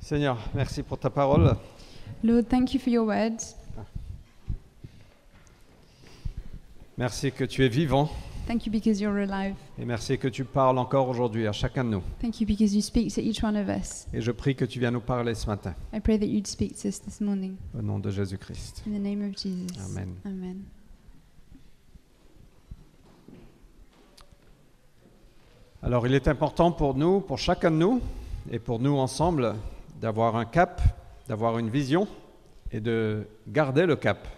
Seigneur, merci pour ta parole. Lord, thank you for your words. Merci que tu es vivant Thank you because you're alive. et merci que tu parles encore aujourd'hui à chacun de nous. Thank you because you speak to each one of us. Et je prie que tu viens nous parler ce matin. I pray that you'd speak to us this morning. Au nom de Jésus-Christ. In the name of Jesus. Amen. Amen. Alors il est important pour nous, pour chacun de nous, et pour nous ensemble, d'avoir un cap, d'avoir une vision et de garder le cap.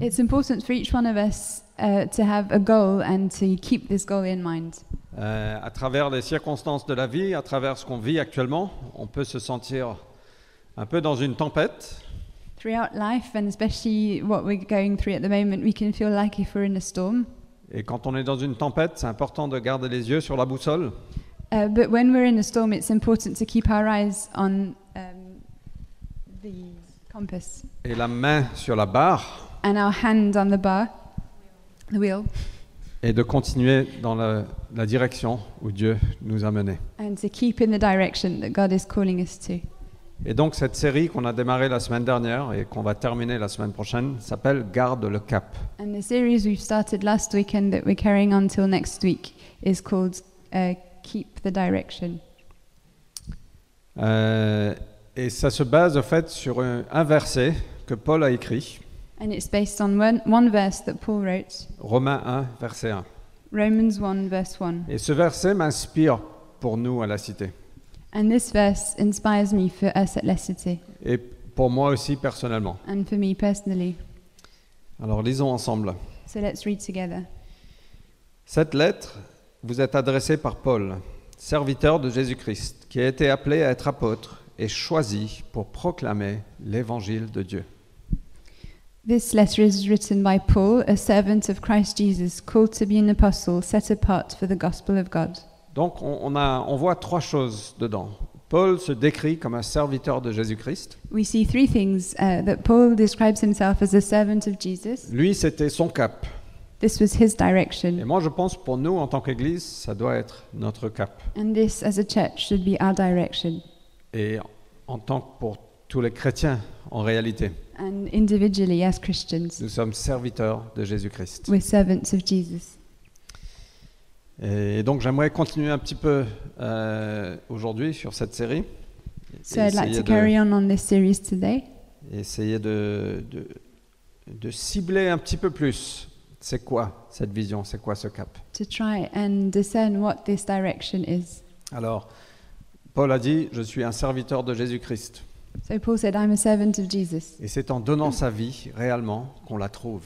It's important for each one of us uh, to have a goal and to keep this goal in mind. Euh, à travers les circonstances de la vie, à travers ce qu'on vit actuellement, on peut se sentir un peu dans une tempête, Throughout life, and especially what we're going through at the moment, we can feel like if we're in a storm. et quand on est dans une tempête, c'est important de garder les yeux sur la boussole. Uh, but when we're in a storm, it's important to keep our eyes on um, the compass et la main sur la barre and our hand on the bar, the wheel, et de continuer dans la, la direction où Dieu nous a menés. and to keep in the direction that God is calling us to. Et donc cette série qu'on a démarrée la semaine dernière et qu'on va terminer la semaine prochaine s'appelle Garde le cap. And the series we've started last weekend that we're carrying on till next week is called uh, Keep the Direction. Euh, et ça se base au fait sur un, un verset que Paul a écrit, And it's based on one, one verse that Paul wrote, Romains 1, verset 1. Romans 1, verse 1. Et ce verset m'inspire pour nous à la cité. And this verse inspires me for us at La Cité Et pour moi aussi personnellement. and for me personally. Alors lisons ensemble. So let's read together. Cette lettre vous est adressée par Paul, serviteur de Jésus-Christ, qui a été appelé à être apôtre et choisi pour proclamer l'évangile de Dieu. This letter is written by Paul, a servant of Christ Jesus, called to be an apostle, set apart for the gospel of God. Donc on, on a- on voit trois choses dedans. Paul se décrit comme un serviteur de Jésus-Christ. We see three things uh, that Paul describes himself as a servant of Jesus. Lui, c'était son cap. This was his direction. Et moi, je pense pour nous, en tant qu'Église, ça doit être notre cap. And this, as a church, should be our direction, Et en tant que pour tous les chrétiens, en réalité, and individually as Christians, nous sommes serviteurs de Jésus-Christ. we're servants of Jesus. Et donc j'aimerais continuer un petit peu euh, aujourd'hui sur cette série. So I'd like Essayer to de- carry on on this series today essayer de, de, de cibler un petit peu plus. C'est quoi cette vision C'est quoi ce cap to try and discern what this direction is. Alors, Paul a dit, je suis un serviteur de Jésus-Christ. So Paul said, I'm a servant of Jesus, Et c'est en donnant sa vie réellement qu'on la trouve.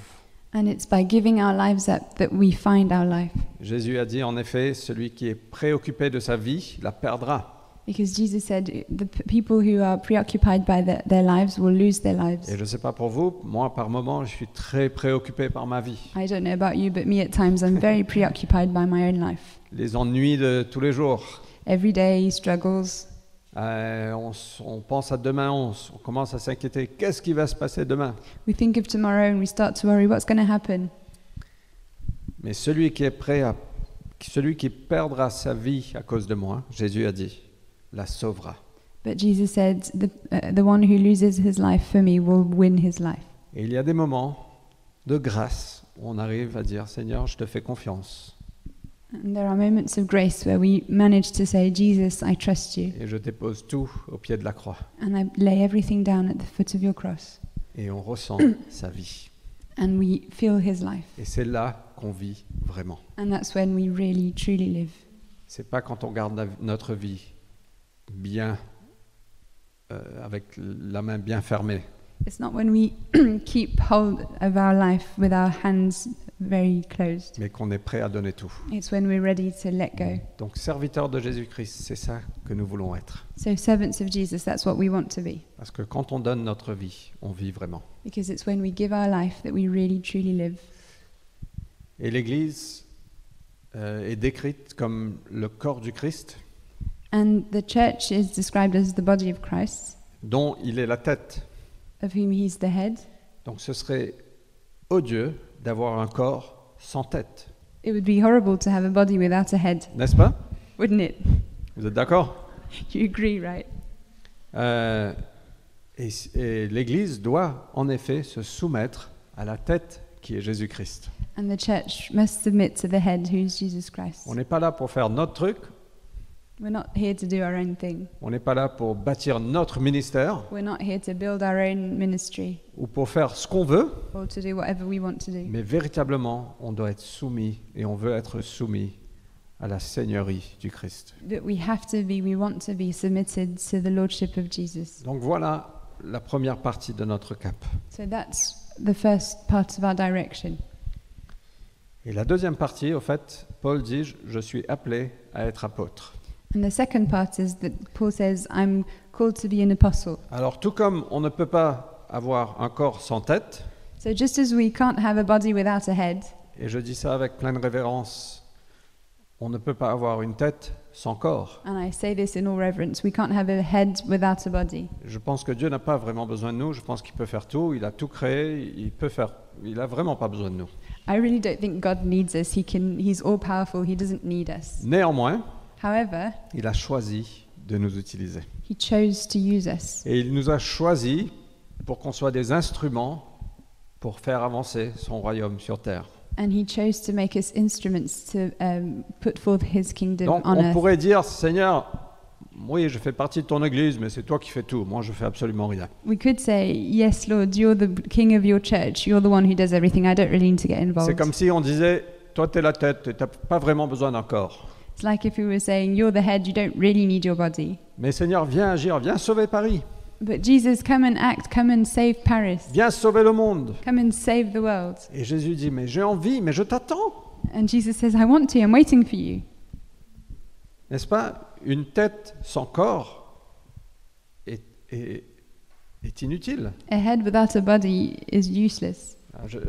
and it's by giving our lives up that we find our life. Jésus a dit, en effet, celui qui est préoccupé de sa vie la perdra. Because Jesus said, the p- people who are preoccupied by the, their lives will lose their lives. Et je ne sais pas pour vous, moi par moment, je suis très préoccupé par ma vie. I don't know about you, but me at times, I'm very preoccupied by my own life. Les ennuis de tous les jours. Everyday struggles, Euh, on, s- on pense à demain, on, s- on commence à s'inquiéter. Qu'est-ce qui va se passer demain We think of tomorrow and we start to worry what's going to happen. Mais celui qui est prêt à celui qui perdra sa vie à cause de moi, Jésus a dit, la sauvera. But Jesus said, the, uh, the one who loses his life for me will win his life. Et il y a des moments de grâce où on arrive à dire Seigneur, je te fais confiance And there are moments of grace where we manage to say, Jesus, I trust you. et je dépose tout au pied de la croix And I lay everything down at the foot of your cross. et on ressent sa vie. And we feel his life. Et c'est là qu'on vit vraiment. And that's when we really, truly live. C'est pas quand on garde la- notre vie bien euh, avec la main bien fermée. It's not when we keep hold of our life with our hands very closed. mais qu'on est prêt à donner tout. It's when we're ready to let go. Donc serviteur de Jésus-Christ, c'est ça que nous voulons être. So, servants of Jesus, that's what we want to be. Parce que quand on donne notre vie, on vit vraiment. Because it's when we give our life that we really, truly live. Et l'Église euh, est décrite comme le corps du Christ, And the church is described as the body of Christ, dont il est la tête. of whom he's the head. Donc ce serait odieux d'avoir un corps sans tête, It would be horrible to have a body without a head, n'est-ce pas wouldn't it? Vous êtes d'accord You agree, right? Euh, et et l'Église doit en effet se soumettre à la tête qui est Jésus-Christ. And the church must submit to the head, who is Jesus Christ. On n'est pas là pour faire notre truc, We're not here to do our own thing. on n'est pas là pour bâtir notre ministère We're not here to build our own ministry ou pour faire ce qu'on veut, or to do whatever we want to do. mais véritablement, on doit être soumis et on veut être soumis à la Seigneurie du Christ. But we have to be, we want to be submitted to the Lordship of Jesus. Donc voilà la première partie de notre cap. So that's the first part of our direction. Et la deuxième partie, au fait, Paul dit, je- je suis appelé à être apôtre. And the second part is that Paul says, I'm called to be an apostle. Alors tout comme on ne peut pas avoir un corps sans tête, So just as we can't have a body without a head, et je dis ça avec plein de révérence, on ne peut pas avoir une tête sans corps. and I say this in all reverence, we can't have a head without a body. Je pense que Dieu n'a pas vraiment besoin de nous, je pense qu'il peut faire tout, il a tout créé, il peut faire, il a vraiment pas besoin de nous. I really don't think God needs us. He can he's all powerful. He doesn't need us. Néanmoins, However, il a choisi de nous utiliser. he chose to use us. Et il nous a choisis pour qu'on soit des instruments pour faire avancer son royaume sur terre. And he chose to make us instruments to um, put forth his kingdom Donc on on earth. pourrait dire, Seigneur, oui, je fais partie de ton Église, mais c'est toi qui fais tout, moi je fais absolument rien. We could say, Yes, Lord, you're the king of your church. You're the one who does everything. I don't really need to get C'est involved. comme si on disait, toi t'es la tête, et t'as pas vraiment besoin d'un corps. It's like if we were saying, You're the head. You don't really need your body. Mais Seigneur, viens agir, viens sauver Paris, But Jesus, come and act. Come and save Paris. viens sauver le monde. Come and save the world. Et Jésus dit, mais j'ai envie, mais je t'attends. And Jesus says, I want to. I'm waiting for you. N'est-ce pas Une tête sans corps est, est- est inutile. A head without a body is useless. Ah, je- je-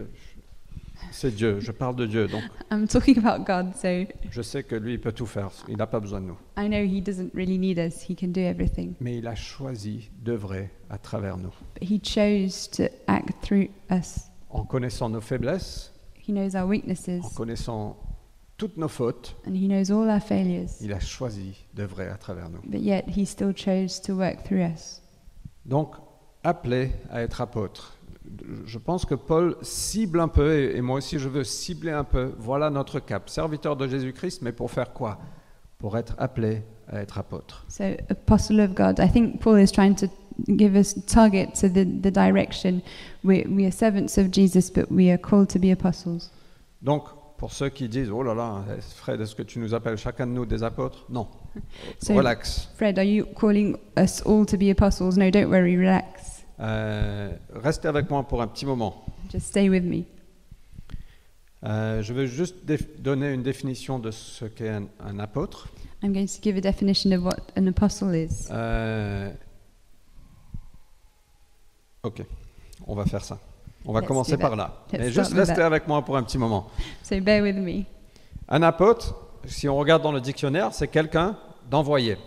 c'est Dieu, je parle de Dieu, donc I'm talking about God, so je sais que lui, il peut tout faire, il n'a pas besoin de nous. I know He doesn't really need us. He can do everything. Mais il a choisi d'œuvrer à travers nous. But He chose to act through us. En connaissant nos faiblesses, He knows our en weaknesses connaissant toutes nos fautes, and He knows all our failures. il a choisi d'œuvrer à travers nous. But yet He still chose to work through us. Donc, appelé à être apôtre. Je pense que Paul cible un peu, et- et moi aussi je veux cibler un peu, voilà notre cap, serviteur de Jésus-Christ, mais pour faire quoi Pour être appelé à être apôtre. So, apostle of God, I think Paul is trying to give us target to the, the direction. We, we are servants of Jesus, but we are called to be apostles. Donc, pour ceux qui disent, oh là là, Fred, est-ce que tu nous appelles chacun de nous des apôtres Non. So- Relax. Fred, are you calling us all to be apostles? No, don't worry, relax. Euh, restez avec moi pour un petit moment. Just stay with me. Euh, je vais juste déf- donner une définition de ce qu'est un, un apôtre. I'm going to give a definition of what an apostle is. Euh, Ok, on va faire ça. On va Let's commencer do that. par là. Let's Bah. Mais start juste with restez that. avec moi pour un petit moment. So bear with me. Un apôtre, si on regarde dans le dictionnaire, c'est quelqu'un d'envoyé,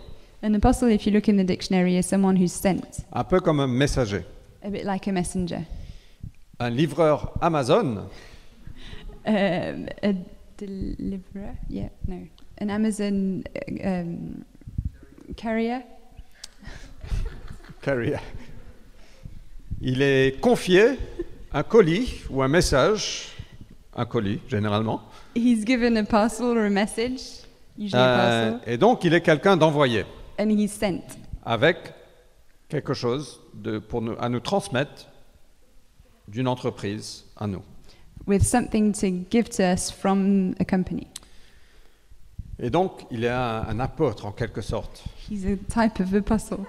An apostle, if you look in the dictionary, is someone who's sent, un peu comme un messager. a bit like a messenger, Un livreur Amazon, um, a deliverer. Yeah, no, an Amazon uh, um, carrier. carrier, il est confié un colis ou un message, un colis généralement, He's given a parcel or a message, usually Euh, a parcel, et donc, il est quelqu'un d'envoyé and he's sent avec quelque chose de- pour nous, à nous transmettre d'une entreprise à nous. with something to give to us from a company. Et donc, il est un, un apôtre en quelque sorte, He's a type of apostle.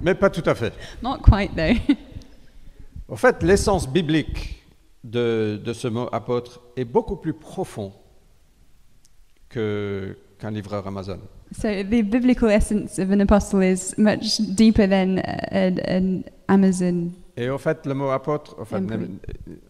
mais pas tout à fait. Not quite though. Au fait, l'essence biblique de, de ce mot apôtre est beaucoup plus profond que- qu'un livreur Amazon. So the biblical essence of an apostle is much deeper than uh, an, an Amazon. Et au fait, le mot apôtre, au fait, Même même-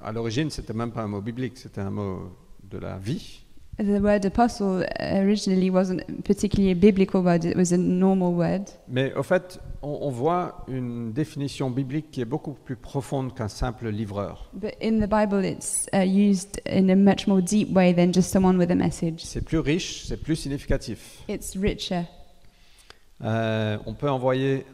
à l'origine, c'était même pas un mot biblique, c'était un mot de la vie. The word apostle originally wasn't particularly a biblical word, it was a normal word. Mais au fait, on, on voit une définition biblique qui est beaucoup plus profonde qu'un simple livreur. But in the Bible, it's uh, used in a much more deep way than just someone with a message. C'est plus riche, c'est plus significatif. It's richer. Euh, on peut envoyer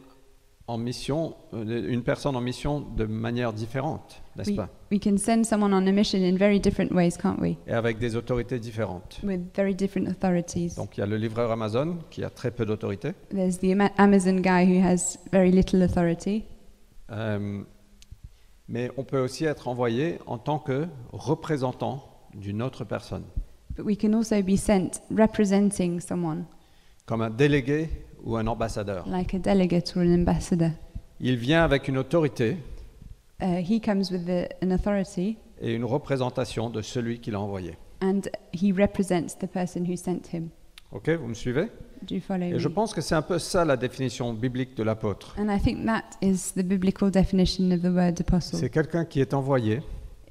en mission, euh, une personne en mission de manière différente, n'est-ce Oui. pas We can send someone on a mission in very different ways, can't we? Et avec des autorités différentes. With very different authorities. Donc il y a le livreur Amazon qui a très peu d'autorité. There's the Ama- Amazon guy who has very little authority, Euh, mais on peut aussi être envoyé en tant que représentant d'une autre personne, but we can also be sent representing someone, comme un délégué ou un ambassadeur. like a delegate or an ambassador. Il vient avec une autorité Uh, he comes with the, an authority et une représentation de celui qui l'a envoyé. and he represents the person who sent him. Ok, vous me suivez Do you follow Et je me? pense que c'est un peu ça la définition biblique de l'apôtre. And I think that is the biblical definition of the word apostle. C'est quelqu'un qui est envoyé,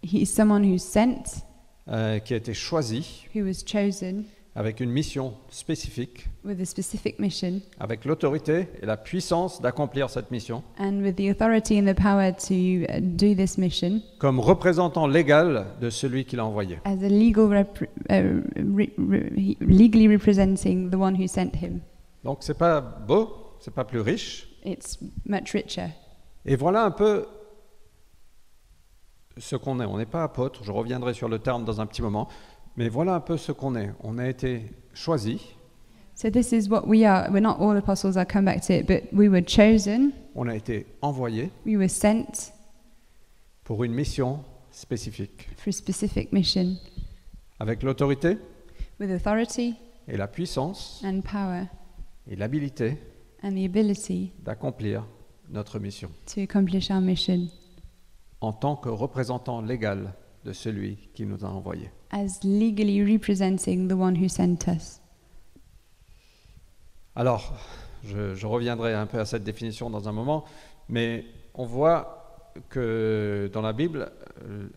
He's someone who's sent, euh, qui a été choisi who was chosen avec une mission spécifique, with a specific mission avec l'autorité et la puissance d'accomplir cette mission, and with the authority and the power to uh, do this mission comme représentant légal de celui qui l'a envoyé. as a legal repre- uh, re- re- he- legally representing the one who sent him. Donc c'est pas beau, c'est pas plus riche. It's much richer. Et voilà un peu ce qu'on est. On n'est pas apôtre, je reviendrai sur le terme dans un petit moment, mais voilà un peu ce qu'on est. On a été choisi, So this is what we are. We're not all apostles. I'll come back to it, but we were chosen. on a été envoyé We were sent pour une mission spécifique, for a specific mission avec l'autorité with authority et la puissance and power et l'habilité and the ability d'accomplir notre mission to accomplish our mission en tant que représentant légal de celui qui nous a envoyés. as legally representing the one who sent us. Alors, je, je reviendrai un peu à cette définition dans un moment, mais on voit que dans la Bible, euh,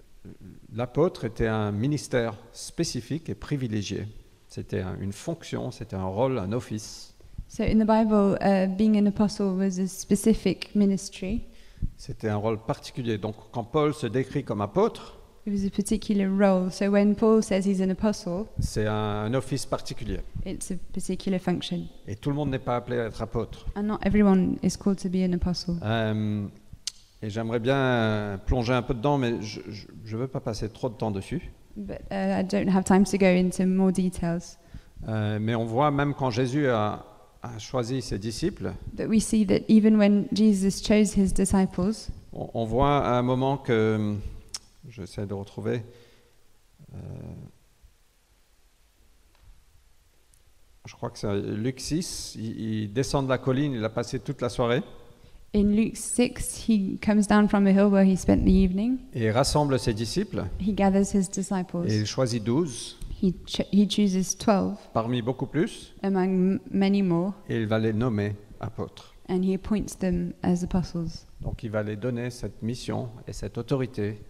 l'apôtre était un ministère spécifique et privilégié. C'était un- une fonction, c'était un rôle, un office. So in the Bible, uh, being an apostle was a specific ministry. C'était un rôle particulier. Donc, quand Paul se décrit comme apôtre, It was a particular role. So when Paul says he's an apostle, c'est un, un office particulier. it's a particular function, Et tout le monde n'est pas appelé à être apôtre. and not everyone is called to be an apostle. Euh, et j'aimerais bien euh, plonger un peu dedans, mais je ne veux pas passer trop de temps dessus. But uh, I don't have time to go into more details. Euh, mais on voit même quand Jésus a, a choisi ses disciples, But we see that even when Jesus chose his disciples, on, on voit à un moment que, hum, j'essaie de retrouver, euh, je crois que c'est Luc 6, il, il descend de la colline, il a passé toute la soirée, in Luke 6, he comes down from a hill where he spent the evening. et il rassemble ses disciples, He gathers his et disciples. il choisit 12, He, cho- he chooses 12 parmi beaucoup plus, among m- many more, et il va les nommer apôtres. and he appoints them as apostles. Donc il va les donner cette mission et cette autorité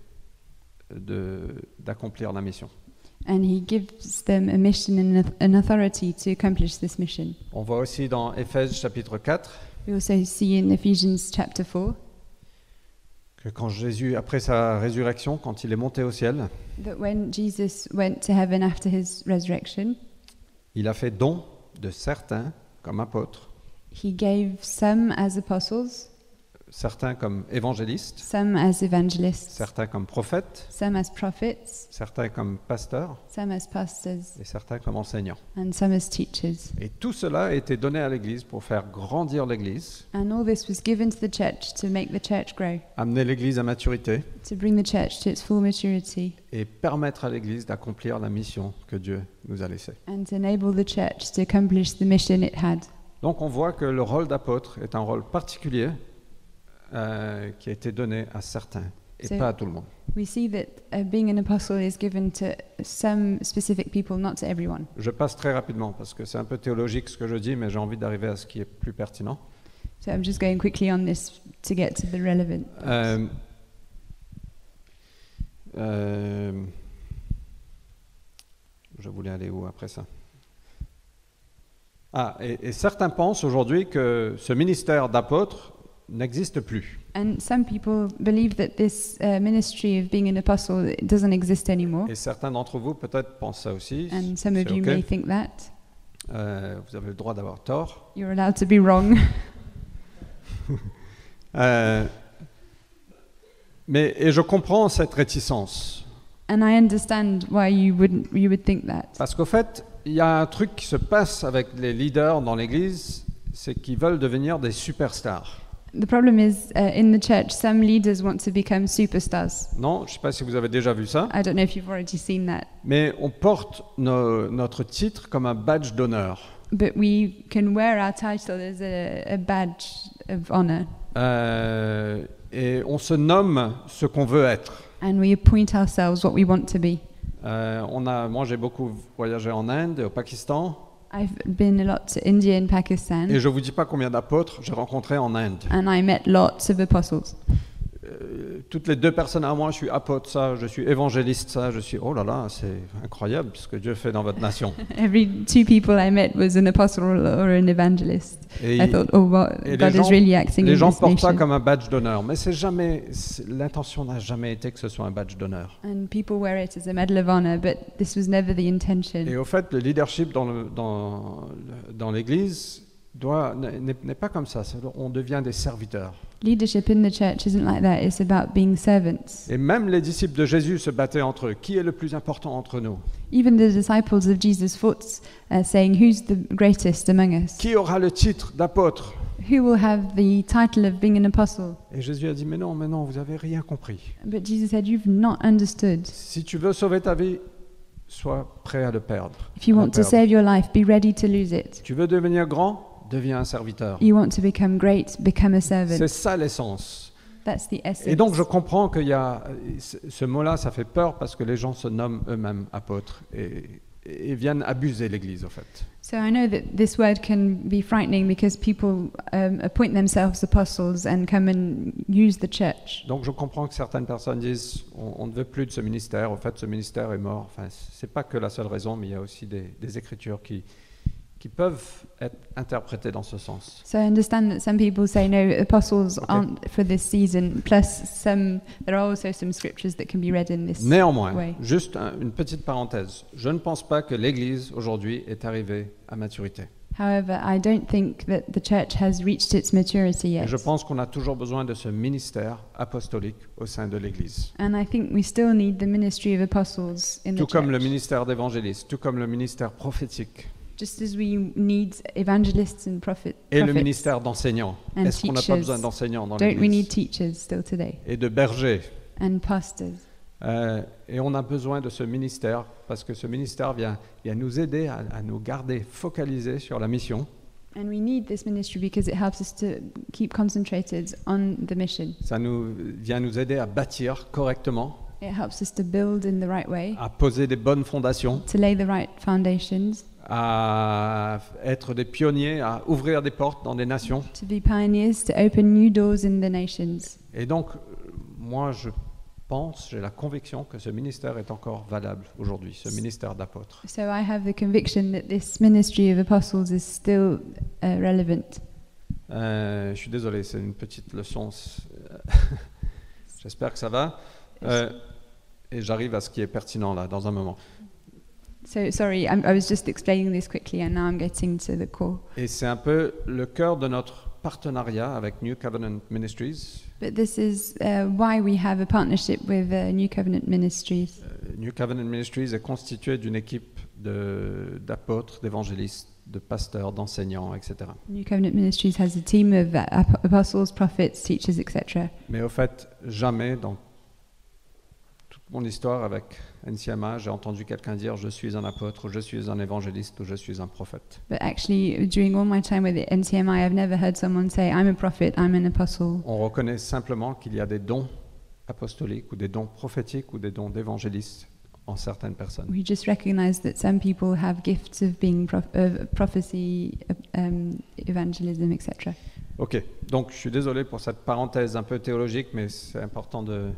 de- d'accomplir la mission. And he gives them a mission and an- an authority to accomplish this mission. On voit aussi dans Éphèse chapitre 4 We also see in Ephesians chapter 4 que quand Jésus, après sa résurrection, quand il est monté au ciel, that when Jesus went to heaven after his resurrection, il a fait don de certains comme apôtres, he gave some as apostles, certains comme évangélistes, some as evangelists, certains comme prophètes, some as prophets, certains comme pasteurs some as pastors, et certains comme enseignants. and some as teachers. Et tout cela a été donné à l'Église pour faire grandir l'Église, And all this was given to the church to make the church grow, amener l'Église à maturité to bring the church to its full maturity, et permettre à l'Église d'accomplir la mission que Dieu nous a laissée. and to enable the church to accomplish the mission it had. Donc on voit que le rôle d'apôtre est un rôle particulier euh, qui a été donné à certains et C'est- pas à tout le monde. We see that uh, being an apostle is given to some specific people, not to everyone. Je passe très rapidement parce que c'est un peu théologique ce que je dis, mais j'ai envie d'arriver à ce qui est plus pertinent. So I'm just going quickly on this to get to the relevant. Euh, euh, je voulais aller où après ça Ah, et, et certains pensent aujourd'hui que ce ministère d'apôtre n'existe plus. And some people believe that this uh, ministry of being an apostle it doesn't exist anymore. Et certains d'entre vous peut-être pensent ça aussi. And some C'est of you ok. may think that. Euh, vous avez le droit d'avoir tort. You're allowed to be wrong. Euh, mais, et je comprends cette réticence. And I understand why you would you would think that Parce qu'au fait, il y a un truc qui se passe avec les leaders dans l'Église, c'est qu'ils veulent devenir des superstars. the problem is uh, in the church some leaders want to become superstars. Non, je ne sais pas si vous avez déjà vu ça, I don't know if you've already seen that, mais on porte nos- notre titre comme un badge d'honneur. but we can wear our title as a, a badge of honor, Euh, et on se nomme ce qu'on veut être. and we appoint ourselves what we want to be. Euh, on a, moi, j'ai beaucoup voyagé en Inde et au Pakistan, I've been a lot to India and Pakistan, et je vous dis pas combien d'apôtres j'ai rencontrés en Inde. and I met lots of apostles. Euh, toutes les deux personnes à moi, je suis apôtre, ça, je suis évangéliste, ça, je suis. Oh là là, c'est incroyable ce que Dieu fait dans votre nation. Every two people I met was an apostle or an evangelist. Et I thought, oh, wow, et les God gens- is really acting les in gens this portent ça nation. comme un badge d'honneur, mais c'est jamais. c'est- L'intention n'a jamais été que ce soit un badge d'honneur. And people wear it as a medal of honor, but this was never the intention. Et au fait, le leadership dans le- dans le- dans l'Église doit- n'est n'est pas comme ça. C'est- On devient des serviteurs. Leadership in the church isn't like that. It's about being servants. Et même les disciples de Jésus se battaient entre eux. Qui est le plus important entre nous Even the disciples of Jesus fought, uh, saying, "Who's the greatest among us? Qui aura le titre d'apôtre Who will have the title of being an apostle?" Et Jésus a dit, mais non, mais non, vous n'avez rien compris. But Jesus said, "You've not understood. Si tu veux sauver ta vie, sois prêt à le perdre. If you à la want to perdre. save your life, be ready to lose it. Tu veux devenir grand, deviens un serviteur. You want to become great, become a C'est servant. ça l'essence. That's the Et essence." donc je comprends qu'il y a ce ce mot-là, ça fait peur parce que les gens se nomment eux-mêmes apôtres et, et viennent abuser l'Église, en fait. So I know that this word can be frightening because people um, appoint themselves apostles and come and use the church. Donc je comprends que certaines personnes disent on, on ne veut plus de ce ministère, au fait ce ministère est mort. Enfin, c'est pas que la seule raison, mais il y a aussi des, des écritures qui, qui peuvent être interprétées dans ce sens. So I understand that some people say no, apostles Okay. aren't for this season. Plus, some there are also some scriptures that can be read in this. Néanmoins, Oui. juste un- une petite parenthèse, je ne pense pas que l'Église aujourd'hui est arrivée à maturité. However, I don't think that the church has reached its maturity Et yet, je pense qu'on a toujours besoin de ce ministère apostolique au sein de l'Église. and I think we still need the ministry of apostles in Tout the church. comme le ministère d'évangéliste, tout comme le ministère prophétique Just as we need evangelists and prophet, et le prophets, ministère d'enseignants. And Est-ce qu'on n'a pas teachers. besoin d'enseignants dans don't we l'Église need teachers still today Et de bergers and pastors? Euh, et on a besoin de ce ministère parce que ce ministère vient, vient nous aider à, à nous garder focalisés sur la mission. And we need this ministry because it helps us to keep concentrated on the mission. Ça nous, vient nous aider à bâtir correctement, It helps us to build in the right way. à poser des bonnes fondations, to lay the right foundations, à être des pionniers, à ouvrir des portes dans des nations. to be pioneers, to open new doors in the nations. Et donc, euh, moi, je pense, j'ai la conviction que ce ministère est encore valable aujourd'hui, ce ministère d'apôtre. So I have the conviction that this ministry of apostles is still uh, relevant. Euh, je suis désolé, c'est une petite leçon. c'est- J'espère que ça va. Euh, et j'arrive à ce qui est pertinent là, dans un moment. So sorry, I'm, I was just explaining this quickly, and now I'm getting to the core. Et c'est un peu le cœur de notre partenariat avec New Covenant Ministries. But this is uh, why we have a partnership with uh, New Covenant Ministries. Euh, New Covenant Ministries est constitué d'une équipe de- d'apôtres, d'évangélistes, de pasteurs, d'enseignants, etc. New Covenant Ministries has a team of uh, ap- apostles, prophets, teachers, etc. Mais au fait, jamais dans toute mon histoire avec NCMA, j'ai entendu quelqu'un dire je suis un apôtre, ou je suis un évangéliste, ou je suis un prophète. But actually, during all my time with the NCMI, I've never heard someone say, "I'm a prophet, I'm an apostle." On reconnaît simplement qu'il y a des dons apostoliques ou des dons prophétiques ou des dons d'évangélistes en certaines personnes. We just recognize that some people have gifts of being prof- of prophecy, um, evangelism, etc. Ok, donc je suis désolé pour cette parenthèse un peu théologique, mais c'est important de,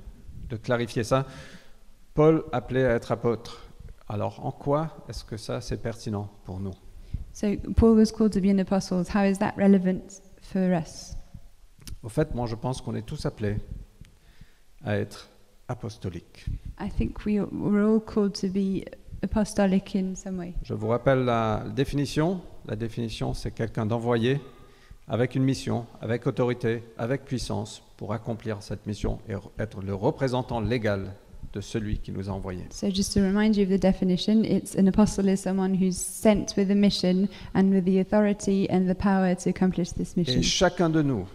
de clarifier ça. Paul appelé à être apôtre. Alors en quoi est-ce que ça c'est pertinent pour nous So Paul was called to be an apostle. How is that relevant for us? Au fait, moi je pense qu'on est tous appelés à être apostoliques. I think we we're all called to be apostolic in some way. Je vous rappelle la définition. La définition c'est quelqu'un d'envoyé avec une mission, avec autorité, avec puissance pour accomplir cette mission et re- être le représentant légal de celui qui nous a envoyés. So, just to remind you of the definition, it's an apostle is someone who's sent with a mission and with the authority and the power to accomplish this Et mission. chacun de nous,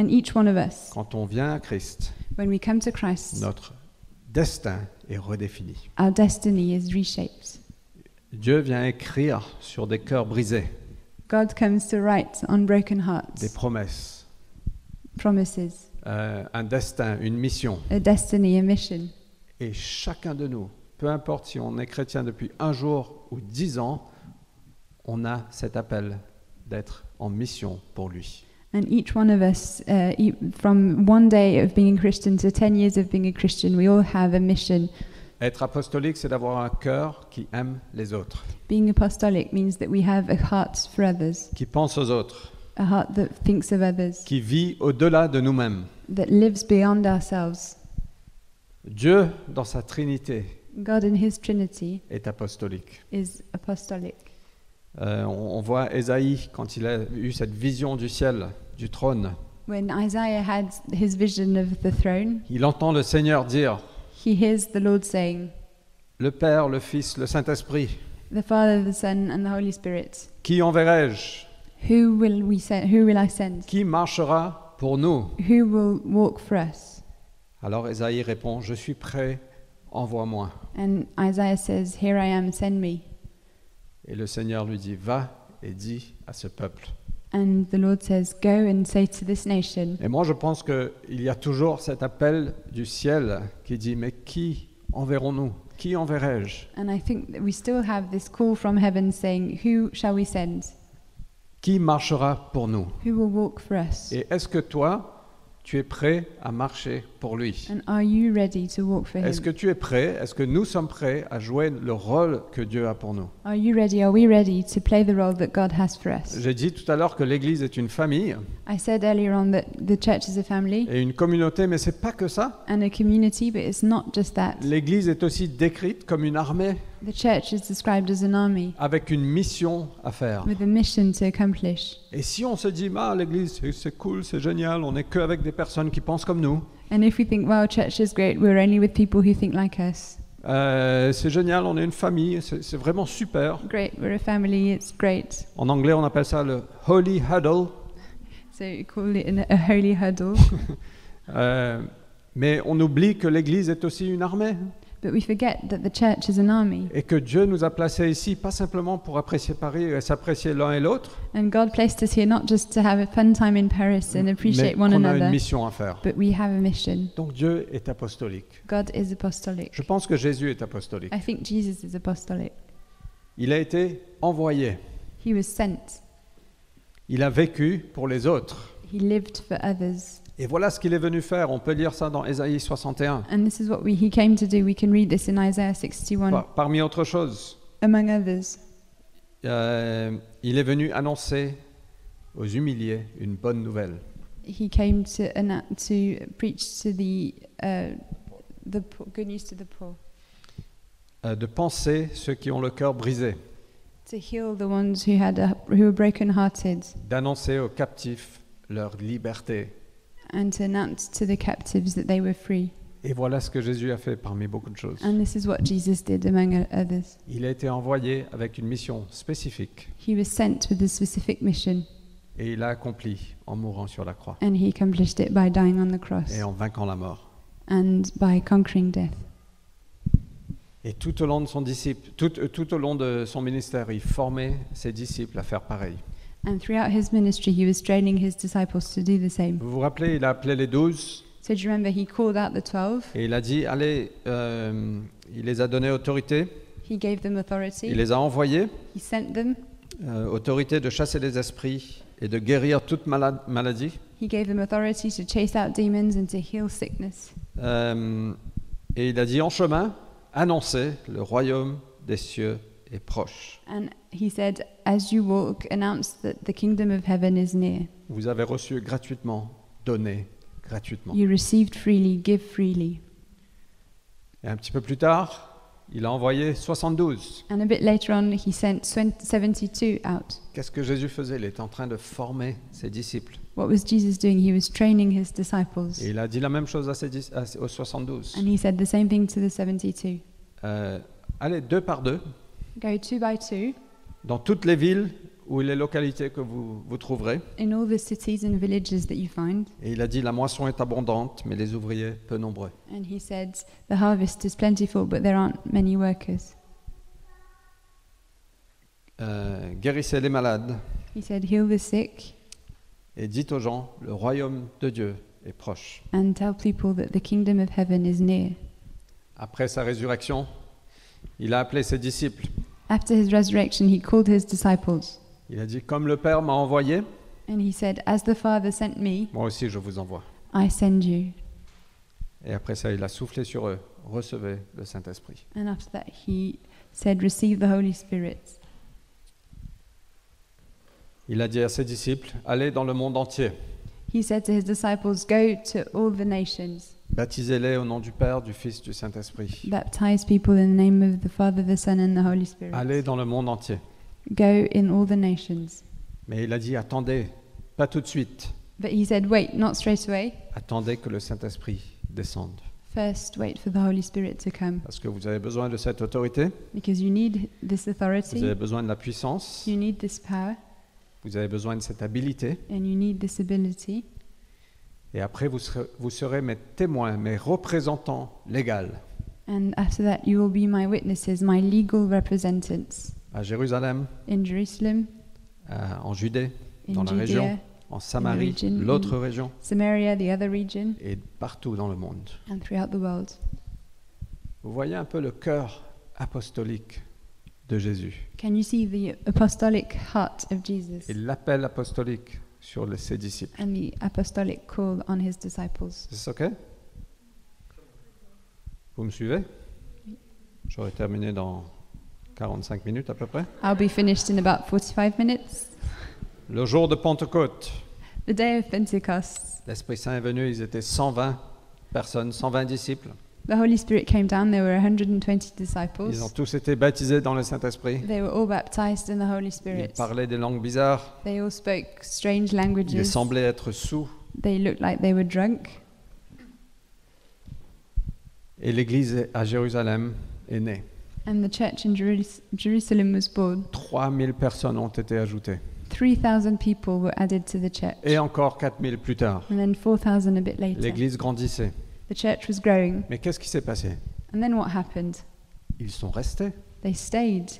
And each one of us, quand on vient à Christ, when we come to Christ, notre destin est redéfini. our destiny is reshaped. Dieu vient écrire sur des cœurs brisés God comes to write on broken hearts, des promesses, promises, euh, un destin, une mission. a destiny, a mission. Et chacun de nous, peu importe si on est chrétien depuis un jour ou dix ans, on a cet appel d'être en mission pour lui. And each one of us, uh, e- from one day of being a Christian to 10 years of being a Christian, we all have a mission. Être apostolique, c'est d'avoir un cœur qui aime les autres, Being apostolic means that we have a heart for others, qui pense aux autres, a heart that thinks of others, qui vit au-delà de nous-mêmes. that lives beyond ourselves. Dieu, dans sa Trinité, God in His Trinity est apostolique. is apostolic. Euh, on, on voit Ésaïe quand il a eu cette vision du ciel, du trône. When Isaiah had his vision of the throne, Il entend le Seigneur dire, he hears the Lord saying, le Père, le Fils, le Saint-Esprit, The Father, the Son, and the Holy Spirit. qui enverrai-je Who will we send? Who will I send? Qui marchera pour nous Who will walk for us? Alors Ésaïe répond, je suis prêt, envoie-moi. And Isaiah says, Here I am, send me. Et le Seigneur lui dit, va et dis à ce peuple. And the Lord says, Go and say to this nation. Et moi je pense qu'il y a toujours cet appel du ciel qui dit, mais qui enverrons-nous Qui enverrai-je And I think that we still have this call from heaven saying, Who shall we send? Qui marchera pour nous Who will walk for us? Et est-ce que toi, tu es prêt à marcher pour lui And are you ready to walk for Est-ce him? que tu es prêt Est-ce que nous sommes prêts à jouer le rôle que Dieu a pour nous Are you ready? Are we ready to play the role that God has for us? J'ai dit tout à l'heure que l'Église est une famille I said earlier on that the church is a family et une communauté, mais c'est pas que ça. and a community, but it's not just that. L'Église est aussi décrite comme une armée The church is described as an army avec une mission à faire. with a mission to accomplish. Et si on se dit, ah, l'Église, c'est- c'est cool, c'est génial, on n'est qu'avec des personnes qui pensent comme nous, And if we think, wow, church is great, we're only with people who think like us. Euh, c'est génial, on est une famille, c'est c'est vraiment super. Great, we're a family, it's great. En anglais, on appelle ça le holy huddle. So you call it an, a holy huddle. Euh, mais on oublie que l'Église est aussi une armée but we forget that the church is an army. et que Dieu nous a placés ici, pas simplement pour apprécier Paris et s'apprécier l'un et l'autre, And God placed us here not just to have a fun time in Paris and mais appreciate one qu'on a une another, mission à faire. but we have a mission. Donc Dieu est apostolique. God is apostolic. Je pense que Jésus est apostolique. I think Jesus is apostolic. Il a été envoyé. He was sent, Il a vécu pour les autres. he lived for others. Et voilà ce qu'il est venu faire. On peut lire ça dans Ésaïe 61. And this is what we, he came to do. We can read this in Isaiah 61, Par- parmi autres choses, among others. euh, il est venu annoncer aux humiliés une bonne nouvelle. He came to anna- to preach to the uh, the poor, good news to the poor, Euh, de penser ceux qui ont le cœur brisé, to heal the ones who had a, who were broken-hearted, d'annoncer aux captifs leur liberté. and to announce to the captives that they were free. Et voilà ce que Jésus a fait parmi beaucoup de choses. And this is what Jesus did among o- others. Il a été envoyé avec une mission spécifique He was sent with a specific mission, et il l'a accompli en mourant sur la croix and he accomplished it by dying on the cross et en vainquant la mort. and by conquering death. Et tout au long de son disciple, tout, euh, tout au long de son ministère, il formait ses disciples à faire pareil. And throughout his ministry, he was training his disciples to do the same. Vous vous rappelez, il a appelé les douze So do you remember he called out the twelve? et il a dit allez, euh, il les a donné autorité, He gave them il authority. les a envoyés He sent them. euh, autorité de chasser les esprits et de guérir toute mala- maladie. He gave them authority to chase out demons and to heal sickness. Euh, et il a dit en chemin, annoncez le royaume des cieux est proche. And he said, As you walk, announce that the kingdom of heaven is near. Vous avez reçu gratuitement, donné gratuitement. You received freely, give freely. Et un petit peu plus tard, il a envoyé 72. And a bit later on, he sent 20 72 out. Qu'est-ce que Jésus faisait Il était en train de former ses disciples. What was Jesus doing? He was training his disciples. Et il a dit la même chose à ses dis- à- aux 72. And he said the same thing to the 72 Euh, allez, deux par deux, Go two by two dans toutes les villes ou les localités que vous, vous trouverez. in all the cities and villages that you find. Et il a dit, la moisson est abondante, mais les ouvriers peu nombreux. And he said, The harvest is plentiful, but there aren't many workers. Euh, guérissez les malades He said, Heal the sick et dites aux gens, le royaume de Dieu est proche. and tell people that the kingdom of heaven is near. Après sa résurrection, il a appelé ses disciples. After his resurrection, he called his disciples Il a dit, comme le Père m'a envoyé, and he said, As the Father sent me, moi aussi je vous envoie. I send you. Et après ça, il a soufflé sur eux, recevez le Saint-Esprit. And after that, he said, Receive the Holy Spirit. Il a dit à ses disciples, allez dans le monde entier, He said to his disciples, Go to all the nations, baptisez-les au nom du Père, du Fils, du Saint-Esprit. baptize people in the name of the Father, the Son, and the Holy Spirit. Allez dans le monde entier. Go in all the nations. Mais il a dit, attendez, pas tout de suite, But he said, Wait, not straight away. attendez que le Saint-Esprit descende. First, wait for the Holy Spirit to come Parce que vous avez besoin de cette autorité, because you need this vous avez authority, besoin de la puissance, you need this power, vous avez besoin de cette habilité. and you need this ability. Et après, vous serez, vous serez mes témoins, mes représentants légaux And after that, you will be my witnesses, my legal representatives à Jérusalem, in Jerusalem, à- en Judée, in Dans la Judea, région. en Samarie, region. l'autre région, Samaria, the other region, et partout dans le monde. and throughout the world. Vous voyez un peu le cœur apostolique de Jésus Can you see the apostolic heart of Jesus et l'appel apostolique sur les- ses disciples. and the apostolic call on his disciples? C'est OK Vous me suivez J'aurai terminé dans 45 minutes à peu près. I'll be finished in about 45 minutes. Le jour de Pentecôte, The day of Pentecost, l'Esprit Saint est venu, ils étaient 120 personnes, 120 disciples. the Holy Spirit came down. There were 120 Ils ont disciples. tous été baptisés dans le Saint-Esprit. They were all baptized in the Holy Ils Spirit. parlaient des langues bizarres. They all spoke strange Ils languages. semblaient être sous. They looked like they were drunk. Et l'Église à Jérusalem est née. And the church in Jerus- Jerusalem was born. 3000 personnes ont été ajoutées. 3,000 people were added to the church. Et encore 4000 plus tard. And then 4,000 a bit later. L'Église grandissait. The church was growing. Mais qu'est-ce qui s'est passé And then what happened? Ils sont restés. They stayed.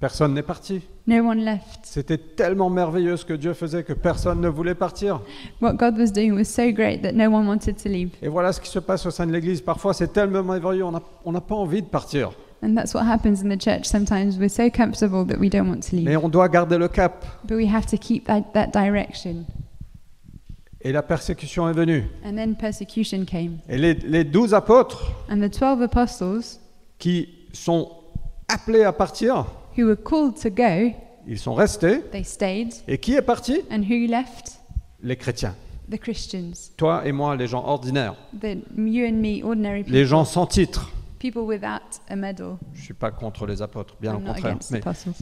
Personne n'est parti. No one left. C'était tellement merveilleux ce que Dieu faisait que personne ne voulait partir. What God was doing was so great that no one wanted to leave. Et voilà ce qui se passe au sein de l'Église. Parfois, c'est tellement merveilleux, on n'a- on n'a pas envie de partir. And that's what happens in the church sometimes. We're so comfortable that we don't want to Mais leave. on doit garder le cap. But we have to keep that, that direction. Et la persécution est venue. And then persecution came. Et les, les douze apôtres And the 12 apostles qui sont appelés à partir, who were called to go, ils sont restés. they stayed. Et qui est parti And who left? Les chrétiens. The Christians. Toi et moi, les gens ordinaires. The, you and me, ordinary people. Les gens sans titre. People without a medal. Je ne suis pas contre les apôtres, bien I'm au not contraire. against Mais, apostles.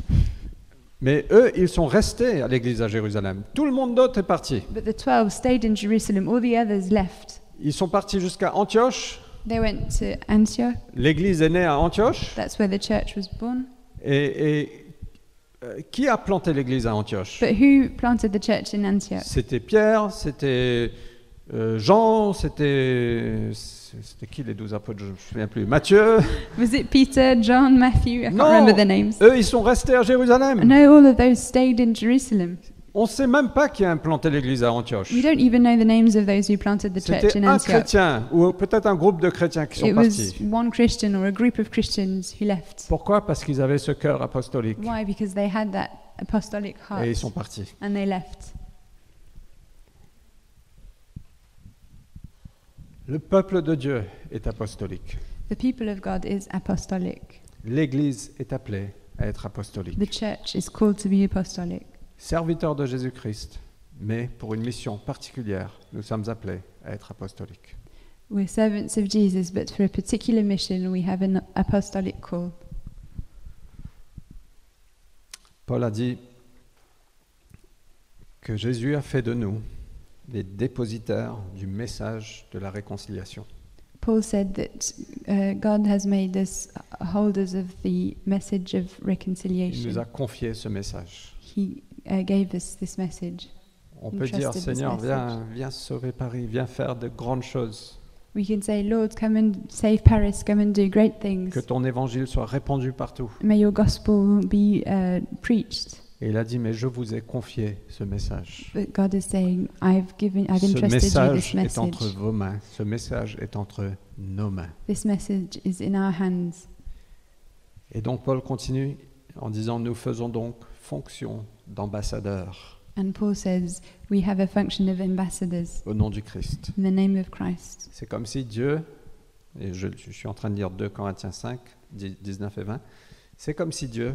mais eux, ils sont restés à l'église à Jérusalem. Tout le monde d'autre est parti. But the 12 stayed in Jerusalem. All the others left. Ils sont partis jusqu'à Antioche. They went to Antioch. L'église est née à Antioche. That's where the church was born. Et, et, euh, qui a planté l'église à Antioche But who planted the church in Antioch? C'était Pierre, c'était euh, Jean, c'était. C'était qui les douze apôtres Je ne me souviens plus. Matthieu. Was it Peter, John, Matthew? I can't Non. remember their names. Eux, ils sont restés à Jérusalem. No, all of those stayed in Jerusalem. On ne sait même pas qui a implanté l'église à Antioche. We don't even know the names of those who planted the church C'était in un Antioch. chrétien, ou peut-être un groupe de chrétiens qui sont It was partis. one Christian or a group of Christians who left. Pourquoi Parce qu'ils avaient ce cœur apostolique. Why? Because they had that apostolic heart Et ils sont partis. and they left. Le peuple de Dieu est apostolique. The people of God is apostolic. L'Église est appelée à être apostolique. The church is called to be apostolic. Serviteur de Jésus-Christ, mais pour une mission particulière, nous sommes appelés à être apostoliques. We're servants of Jesus, but for a particular mission, we have an apostolic call. Paul a dit, que Jésus a fait de nous les dépositaires du message de la réconciliation. Paul said that uh, God has made us holders of the message of Il nous reconciliation. a confié ce message. He uh, gave us this message. On peut dire, Entrusted this Seigneur, message. viens, viens sauver Paris, viens faire de grandes choses. We can say, Lord, come and save Paris, come and do great things. Que ton évangile soit répandu partout. May your gospel be uh, preached. Et il a dit, mais je vous ai confié ce message. But God is saying, I've given, I've Ce entrusted you message this est message. entre vos mains. Ce message est entre nos mains. This message is in our hands. Et donc Paul continue en disant, nous faisons donc fonction d'ambassadeurs And Paul says, we have a function of ambassadors au nom du Christ. in the name of Christ. C'est comme si Dieu, et je, je suis en train de lire 2 Corinthiens 5, 10, 19 et 20, c'est comme si Dieu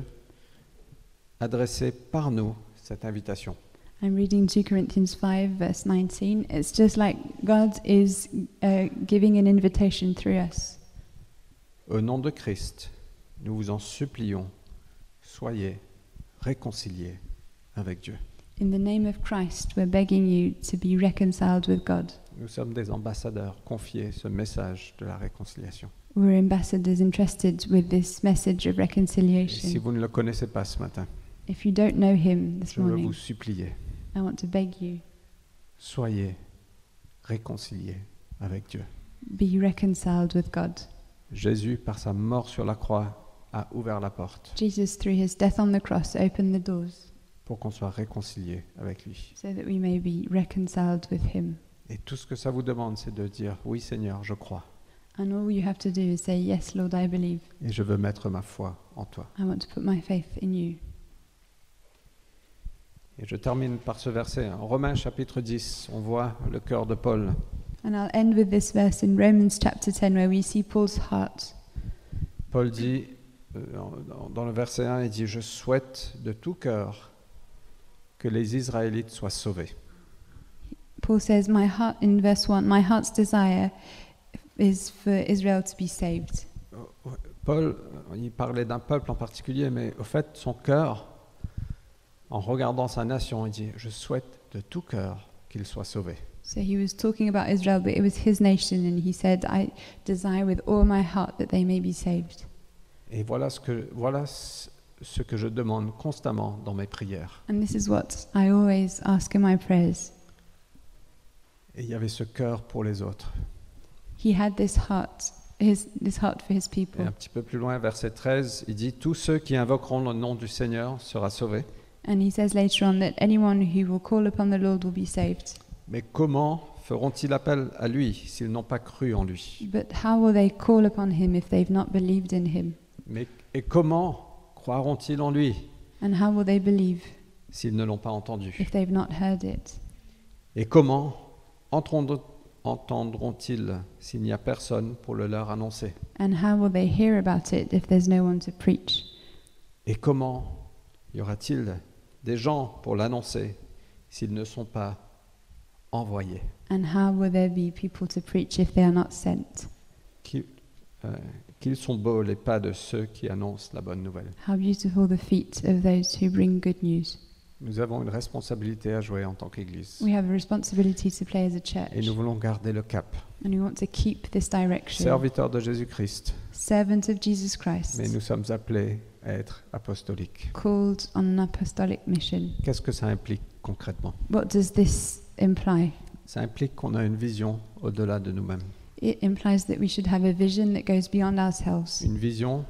adressait par nous cette invitation. I'm reading 2 Corinthians 5, verse 19. It's just like God is uh, giving an invitation through us. Au nom de Christ, nous vous en supplions, soyez réconciliés avec Dieu. In the name of Christ, we're begging you to be reconciled with God. Nous sommes des ambassadeurs confiés ce message de la réconciliation. We're ambassadors entrusted with this message Et of si reconciliation. vous ne le connaissez pas ce matin, If you don't know Him this je veux vous morning, supplier, I want to beg you soyez réconciliés avec Dieu. be reconciled with God. Jésus, par sa mort sur la croix, a ouvert la porte. Jesus, through His death on the cross, opened the doors pour qu'on soit réconcilié avec lui. so that we may be reconciled with Him. Et tout ce que ça vous demande, c'est de dire oui Seigneur, je crois And all you have to do is say, Yes, Lord, I believe. et je veux mettre ma foi en toi. I want to put my faith in you. Et je termine par ce verset. En Romains chapitre 10, on voit le cœur de Paul. And I'll end with this verse in Romans chapter 10 where we see Paul's heart. Paul dit, euh, en- dans- dans le verset 1, il dit, je souhaite de tout cœur que les Israélites soient sauvés. Paul says, My heart, in verse 1, my heart's desire is for Israel to be saved. Euh, Paul, euh, il parlait d'un peuple en particulier, mais au fait, son cœur, en regardant sa nation, il dit, je souhaite de tout cœur qu'ils soient sauvés. So he was talking about Israel, but it was his nation, and he said, I desire with all my heart that they may be saved. Et voilà ce que, voilà ce ce que je demande constamment dans mes prières. And this is what I always ask in my prayers. Et il y avait ce cœur pour les autres. He had this heart, his, this heart for his Et un people. petit peu plus loin, verset 13, il dit Tous ceux qui invoqueront le nom du Seigneur sera sauvés. And he says later on that anyone who will call upon the Lord will be saved. Mais comment feront-ils appel à lui s'ils n'ont pas cru en lui But how will they call upon him if they've not believed in him? Mais, Et comment croiront-ils en lui And how will they believe s'ils ne l'ont pas entendu if they've not heard it? Et comment entendront- entendront-ils s'il n'y a personne pour le leur annoncer And how will they hear about it if there's no one to preach? Et comment y aura-t-il des gens pour l'annoncer s'ils ne sont pas envoyés And how will there be people to preach if they are not sent? Qui- euh, Qu'ils sont beaux les pas de ceux qui annoncent la bonne nouvelle. How beautiful the feet of those who bring good news. Nous avons une responsabilité à jouer en tant qu'Église We have a responsibility to play as a et church, nous voulons garder le cap. and we want to keep this direction. Serviteurs de Jésus-Christ, Servant of Jesus Christ, mais nous sommes appelés à être apostoliques. called on an apostolic mission. Qu'est-ce que ça implique concrètement What does this imply? Ça implique qu'on a une vision au-delà de nous-mêmes. It implies that we should have a vision that goes beyond ourselves. Une vision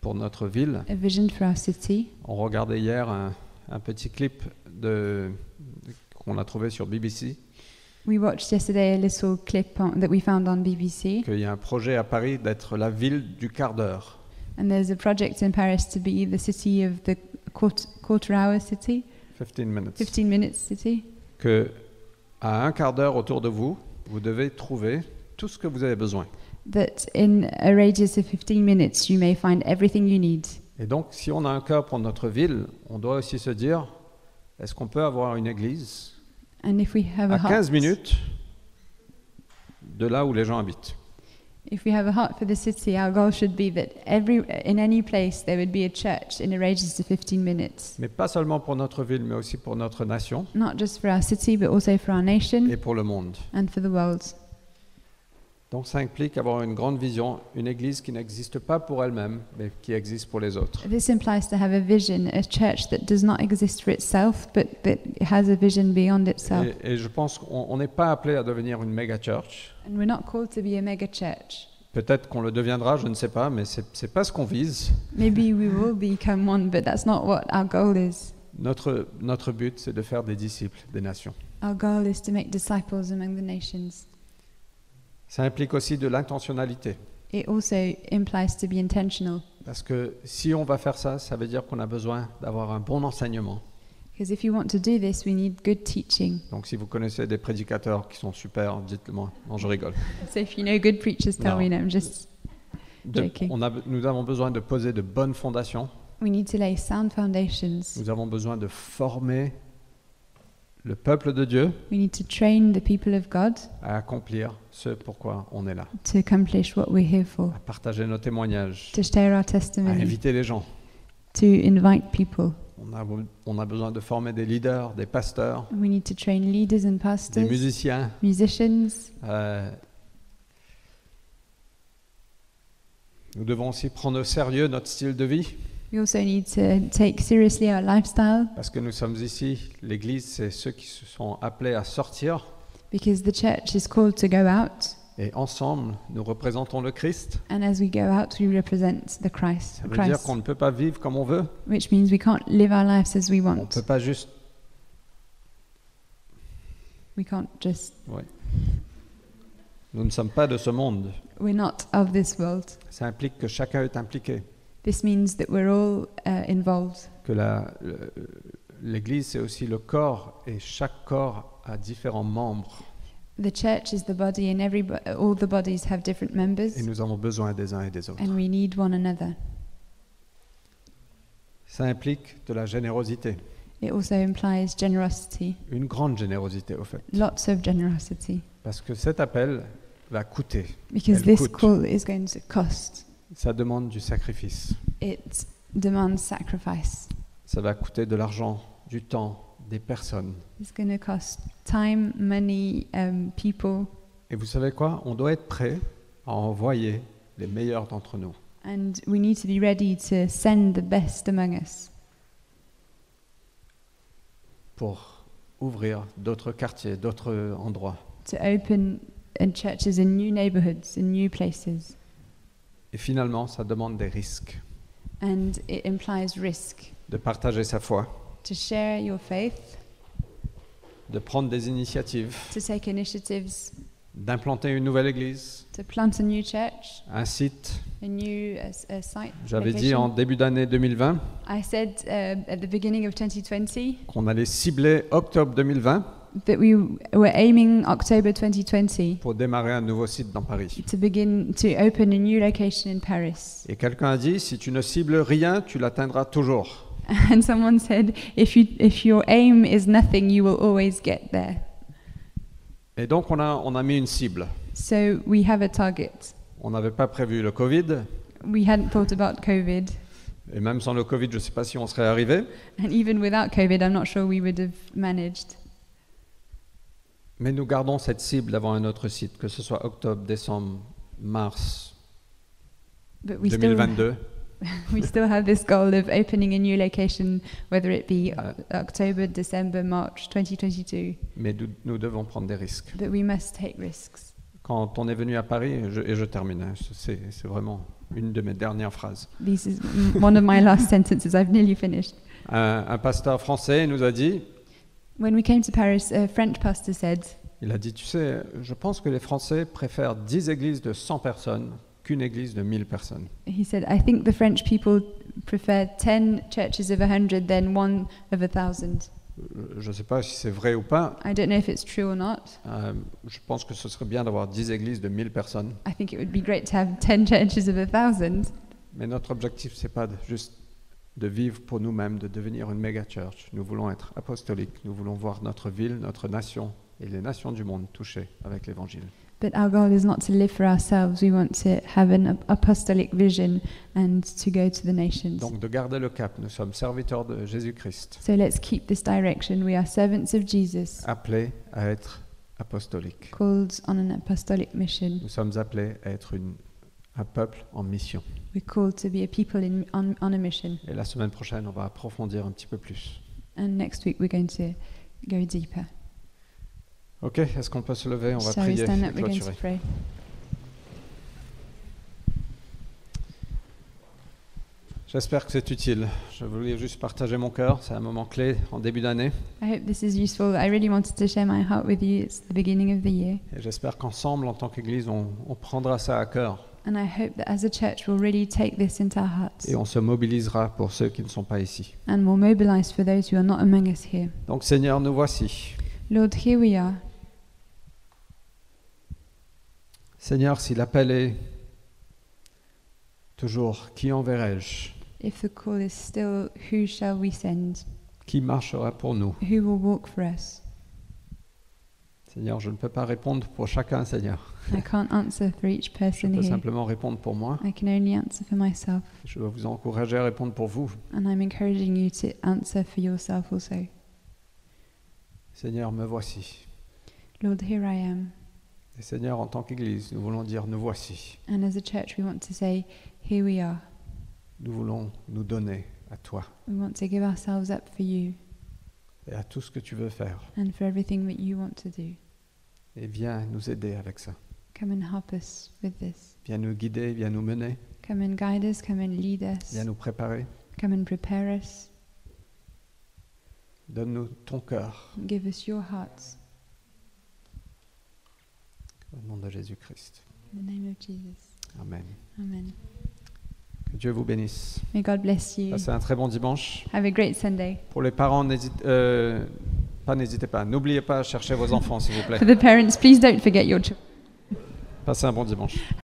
pour notre ville, a vision for our city. On regardait hier un, un petit clip de, qu'on a trouvé sur BBC, We watched yesterday a little clip on, that we found on BBC, qu'il y a un projet à Paris d'être la ville du quart d'heure. and there's a project in Paris to be the city of the quarter, quarter hour city, 15 minutes. 15 minutes city. Que à un quart d'heure autour de vous, vous devez trouver tout ce que vous avez besoin. That in a radius of 15 minutes, you may find everything you need. Et donc, si on a un cœur pour notre ville, on doit aussi se dire est-ce qu'on peut avoir une église And if we have a à heart, 15 minutes de là où les gens habitent If we have a heart for the city, our goal should be that every, in any place there would be a church in a radius to 15 minutes, mais pas seulement pour notre ville, mais aussi pour notre nation not just for our city, but also for our et nation pour le monde. and for the world. Donc ça implique avoir une grande vision, une église qui n'existe pas pour elle-même, mais qui existe pour les autres. This implies to have a vision, a church that does not exist for itself, but that has a vision beyond itself. Et, et je pense qu'on on n'est pas appelé à devenir une méga church. And we're not called to be a mega church. Peut-être qu'on le deviendra, je ne sais pas, mais c'est n'est pas ce qu'on vise. Maybe we will become one, but that's not what our goal is. Notre, notre but, c'est de faire des disciples des nations. Our goal is to make disciples among the nations. Ça implique aussi de l'intentionnalité. It also implies to be intentional, Parce que si on va faire ça, ça veut dire qu'on a besoin d'avoir un bon enseignement. because if you want to do this, we need good teaching. Donc si vous connaissez des prédicateurs qui sont super, dites-le-moi. Non, je rigole. So if you know good preachers, tell No. me. No, I'm just. De- Ok. on a- nous avons besoin de poser de bonnes fondations. We need to lay sound foundations. Nous avons besoin de former le peuple de Dieu We need to train the people of God à accomplir ce pourquoi on est là, to accomplish what we're here for, à partager nos témoignages, to share our à testimony. inviter les gens. to invite people. On a, on a besoin de former des leaders, des pasteurs, We need to train leaders and des pastors, musiciens. musicians. euh, nous devons aussi prendre au sérieux notre style de vie, We also need to take seriously our lifestyle parce que nous sommes ici, l'Église, c'est ceux qui se sont appelés à sortir, because the church is called to go out, et ensemble, nous représentons le Christ. and as we go out, we represent the Christ, Ça veut dire Christ qu'on ne peut pas vivre comme on veut. which means we can't live our lives as we On ne want. peut pas juste. We can't just. ouais. Nous ne sommes pas de ce monde. We're not of this world. Ça implique que chacun est impliqué. This means that we're all uh, involved. Que la- le- l'Église, c'est aussi le corps, et chaque corps a différents membres. The church is the body, and every bo- all the bodies have different members, Et nous avons besoin des uns et des autres. and we need one another. Ça implique de la générosité, It also implies generosity, une grande générosité au fait, lots of generosity. parce que cet appel va coûter, Because Elle this coûte. call is going to cost. ça demande du sacrifice, It demands sacrifice. ça va coûter de l'argent, du temps, des personnes. It's going to cost time, money, um, people. Et vous savez quoi On doit être prêt à envoyer les meilleurs d'entre nous. And we need to be ready to send the best among us pour ouvrir d'autres quartiers, d'autres endroits. to open in churches in new neighborhoods, in new places. Et finalement, ça demande des risques, And it implies risk de partager sa foi, to share your faith, de prendre des initiatives, to take initiatives, d'implanter une nouvelle église, to plant a new church, un site. a new uh, s- uh, site. J'avais dit location. en début d'année 2020 I said uh, at the beginning of 2020 qu'on allait cibler octobre 2020 that we were aiming October 2020 pour démarrer un nouveau site dans Paris. to begin to open a new location in Paris. Et quelqu'un a dit, si tu ne cibles rien, tu l'atteindras toujours. And someone said, if, you, if your aim is nothing, you will always get there. Et donc on a, on a mis une cible. So we have a target. On n'avait pas prévu le Covid, We hadn't thought about COVID. et même sans le Covid, je ne sais pas si on serait arrivé, And even without COVID, I'm not sure we would have managed. mais nous gardons cette cible d'avoir un autre site, que ce soit octobre, décembre, mars But we still, 2022. we still have this goal of opening a new location, whether it be Uh, Oc- October, December, March 2022. Mais nous, nous devons prendre des risques. But we must take risks. Quand on est venu à Paris, et je, et je termine, hein, c'est c'est vraiment une de mes dernières phrases. This is m- one of my last sentences. I've nearly finished. Un, un pasteur français nous a dit, When we came to Paris, a French pastor said, il a dit, tu sais, je pense que les Français préfèrent 10 églises de 100 personnes qu'une église de 1000 personnes. he said, I think the French people prefer 10 churches of 100 than one of 1,000. Euh, Je- Je ne sais pas si c'est vrai ou pas. I don't know if it's true or not. euh, je pense que ce serait bien d'avoir 10 églises de 1000 personnes. I think it would be great to have 10 churches of 1,000. Mais notre objectif, c'est pas de- juste de vivre pour nous-mêmes, de devenir une méga church. Nous voulons être apostoliques. Nous voulons voir notre ville, notre nation et les nations du monde touchées avec l'évangile. But our goal is not to live for ourselves. We want to have an ap- apostolic vision and to go to the nations. Donc de garder le cap, nous sommes serviteurs de Jésus-Christ, So let's keep this direction. We are servants of Jesus, appelés à être apostoliques. called on an apostolic mission. Nous sommes appelés à être une- un peuple en mission. We're called to be a people in, on, on a mission. Et la semaine prochaine, on va approfondir un petit peu plus. And next week we're going to go deeper. Ok, est-ce qu'on peut se lever On va Shall we prier stand et up? We're going to clôturer. pray. J'espère que c'est utile. Je voulais juste partager mon cœur. C'est un moment clé en début d'année. I hope this is useful. I really wanted to share my heart with you. It's the beginning of the year. Et j'espère qu'ensemble, en tant qu'Église, on, on prendra ça à cœur And I hope that as a church we'll really take this into our hearts et on se mobilisera pour ceux qui ne sont pas ici. and we'll mobilize for those who are not among us here. Donc Seigneur, nous voici. Lord, here we are. Seigneur, si l'appel est toujours qui enverrai-je If the call is still, who shall we send? Qui marchera pour nous Who will walk for us? Seigneur, je ne peux pas répondre pour chacun, Seigneur. I can't answer for each Je person peux here. simplement répondre pour moi. I can only answer for myself, Je veux vous encourager à répondre pour vous. and I'm encouraging you to answer for yourself also. Seigneur, me voici. Lord, here I am. Et Seigneur, en tant qu'Église, nous voulons dire nous voici. And as a church, we want to say, Here we are. Nous voulons nous donner à toi We want to give ourselves up for you et à tout ce que tu veux faire. and for everything that you want to do. Et viens nous aider avec ça. Come and help us with this. Viens nous guider, viens nous mener, Come and guide us, come and lead us, viens nous préparer. come and prepare us. Donne-nous ton cœur Give us your hearts. au nom de Jésus-Christ. In the name of Jesus. Amen. Amen. Que Dieu vous bénisse. May God bless you. Passez un très bon dimanche. Have a great Sunday. Pour les parents, n'hésitez euh, pas, n'hésitez pas. N'oubliez pas, cherchez vos enfants, s'il vous plaît. For the parents, please don't forget your children. Passez un bon dimanche.